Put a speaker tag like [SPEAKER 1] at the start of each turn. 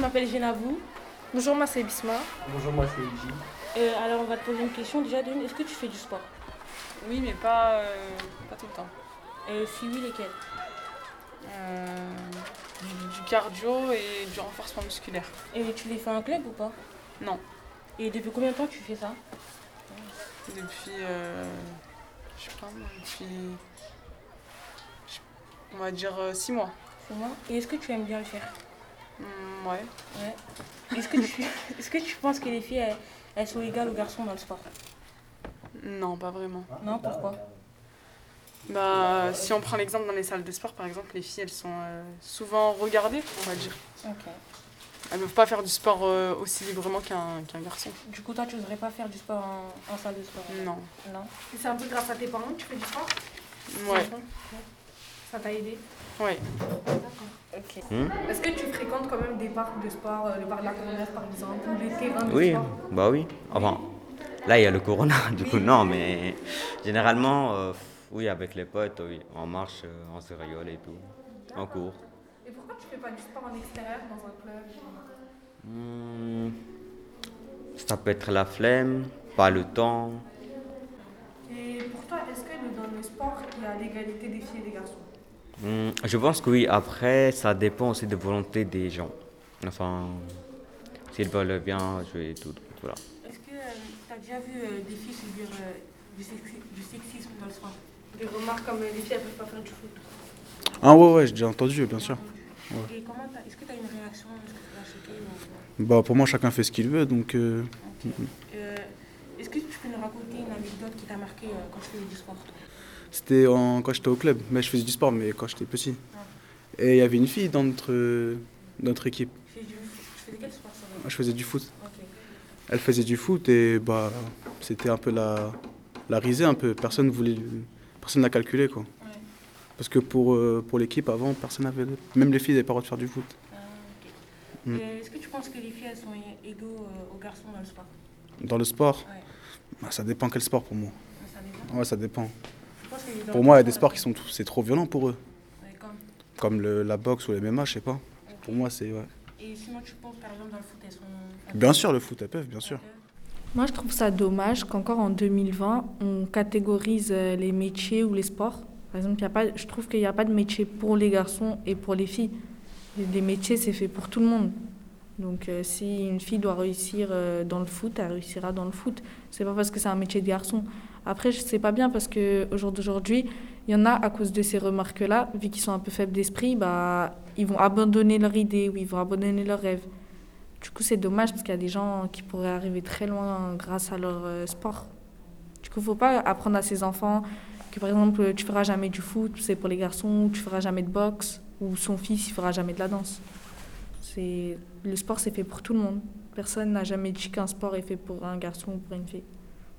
[SPEAKER 1] m'appelle Genabou.
[SPEAKER 2] Bonjour, moi c'est Bisma.
[SPEAKER 3] Bonjour, moi c'est Iji.
[SPEAKER 1] Euh, alors, on va te poser une question. Déjà, d'une, est-ce que tu fais du sport
[SPEAKER 2] Oui, mais pas, pas tout le temps.
[SPEAKER 1] Euh, Si oui, lesquels
[SPEAKER 2] Euh, du, cardio et du renforcement musculaire.
[SPEAKER 1] Et tu les fais en club ou pas
[SPEAKER 2] Non.
[SPEAKER 1] Et depuis combien de temps tu fais ça
[SPEAKER 2] Depuis. euh, je sais pas, depuis. On va dire 6 mois. Mm,
[SPEAKER 1] C'est moi. Et est-ce que tu aimes bien le faire
[SPEAKER 2] ouais.
[SPEAKER 1] Ouais. Est-ce que, tu... est-ce que tu penses que les filles, elles, elles sont égales aux garçons dans le sport
[SPEAKER 2] Non, pas vraiment.
[SPEAKER 1] Non, pourquoi
[SPEAKER 2] Bah, si on prend l'exemple dans les salles de sport, par exemple, les filles, elles sont euh, souvent regardées, on va dire.
[SPEAKER 1] Ok.
[SPEAKER 2] Elles ne peuvent pas faire du sport euh, aussi librement qu'un qu'un garçon.
[SPEAKER 1] Du coup, toi, tu n'oserais pas faire du sport en, en salle de sport
[SPEAKER 2] Non.
[SPEAKER 1] Non.
[SPEAKER 4] C'est un peu grâce à tes parents que tu fais du sport
[SPEAKER 2] Ouais,
[SPEAKER 4] Ça t'a aidé
[SPEAKER 2] ouais.
[SPEAKER 1] Ok.
[SPEAKER 4] Est-ce que tu fréquentes quand même des parcs de sport, euh, le parc de la Courneuve par exemple, ou les terrains de
[SPEAKER 5] Oui,
[SPEAKER 4] sport
[SPEAKER 5] bah oui. Enfin, là, il y a le corona, du coup, non, mais généralement, euh, oui, avec les potes, oui, on marche, euh, on se rigole et tout. On court.
[SPEAKER 4] Et pourquoi tu fais pas du sport en extérieur dans un club
[SPEAKER 5] Hmm, ça peut être la flemme, pas le temps.
[SPEAKER 4] Et pour toi, est-ce que dans le sport, il y a l'égalité des filles et des garçons
[SPEAKER 5] Hmm, je pense que oui, après, ça dépend aussi de volonté des gens. Enfin, s'ils veulent bien jouer et tout, voilà.
[SPEAKER 1] Est-ce que tu as déjà vu euh, des filles subir euh, du, sexi- du sexisme dans le sport
[SPEAKER 4] Des remarques comme euh, les filles, elles peuvent pas faire du foot.
[SPEAKER 6] Ah ouais, ouais, j'ai déjà entendu, bien sûr.
[SPEAKER 1] Et comment t'as- est-ce que tu as une réaction Est-ce que tu l'as choquée ou-
[SPEAKER 6] Bah pour moi, chacun fait ce qu'il veut, donc... euh,
[SPEAKER 1] Euh, Est-ce que tu peux nous raconter une anecdote qui t'a marqué euh, quand tu faisais du sport
[SPEAKER 6] C'était en- quand j'étais au club, mais je faisais du sport, mais quand j'étais petit. Et il y avait une fille dans notre, euh, notre équipe,
[SPEAKER 1] Tu faisais, du- tu faisais quel sport ça va
[SPEAKER 6] je faisais du foot.
[SPEAKER 1] Ok.
[SPEAKER 6] Elle faisait du foot et bah c'était un peu la, la risée, un peu. Personne voulait, personne l'a calculé quoi. Parce que pour, euh, pour l'équipe avant, personne n'avait, même les filles n'avaient pas le droit de faire du foot.
[SPEAKER 1] Ah, ok.
[SPEAKER 6] Mm.
[SPEAKER 1] Euh, Est-ce que tu penses que les filles elles sont é- égaux euh, aux garçons dans le sport
[SPEAKER 6] Dans le sport,
[SPEAKER 1] Ouais.
[SPEAKER 6] bah, ça dépend quel sport pour moi.
[SPEAKER 1] Ça dépend.
[SPEAKER 6] Ouais, ça dépend.
[SPEAKER 1] Je pense que dans
[SPEAKER 6] Pour
[SPEAKER 1] le
[SPEAKER 6] moi, il y a
[SPEAKER 1] sport,
[SPEAKER 6] des sports qui sont, tout- c'est trop violent pour eux,
[SPEAKER 1] ouais, comme-
[SPEAKER 6] comme le- la boxe ou les MMA, je sais pas. Pour moi, c'est ouais.
[SPEAKER 1] Et sinon, tu penses par exemple dans le foot, elles sont.
[SPEAKER 6] Bien sûr, le foot, elles peuvent, bien sûr.
[SPEAKER 7] Moi, je trouve ça dommage qu'encore en 2020, on catégorise euh, les métiers ou les sports. Par exemple, il y a pas, je trouve qu'il n'y a pas de métier pour les garçons et pour les filles. Les- Les métiers, c'est fait pour tout le monde. Donc, euh, si une fille doit réussir euh, dans le foot, elle réussira dans le foot. C'est pas parce que c'est un métier de garçon. Après, je sais pas bien parce que au jour d'aujourd'hui, il y en a à cause de ces remarques-là, vu qu'ils sont un peu faibles d'esprit, bah, ils vont abandonner leur idée ou ils vont abandonner leur rêve. Du coup, c'est dommage parce qu'il y a des gens qui pourraient arriver très loin grâce à leur euh, sport. Du coup, faut pas apprendre à ses enfants que, par exemple, euh, tu feras jamais du foot, c'est pour les garçons, ou tu feras jamais de boxe, ou son fils, il fera jamais de la danse. C'est le sport, c'est fait pour tout le monde. Personne n'a jamais dit qu'un sport est fait pour un garçon ou pour une fille.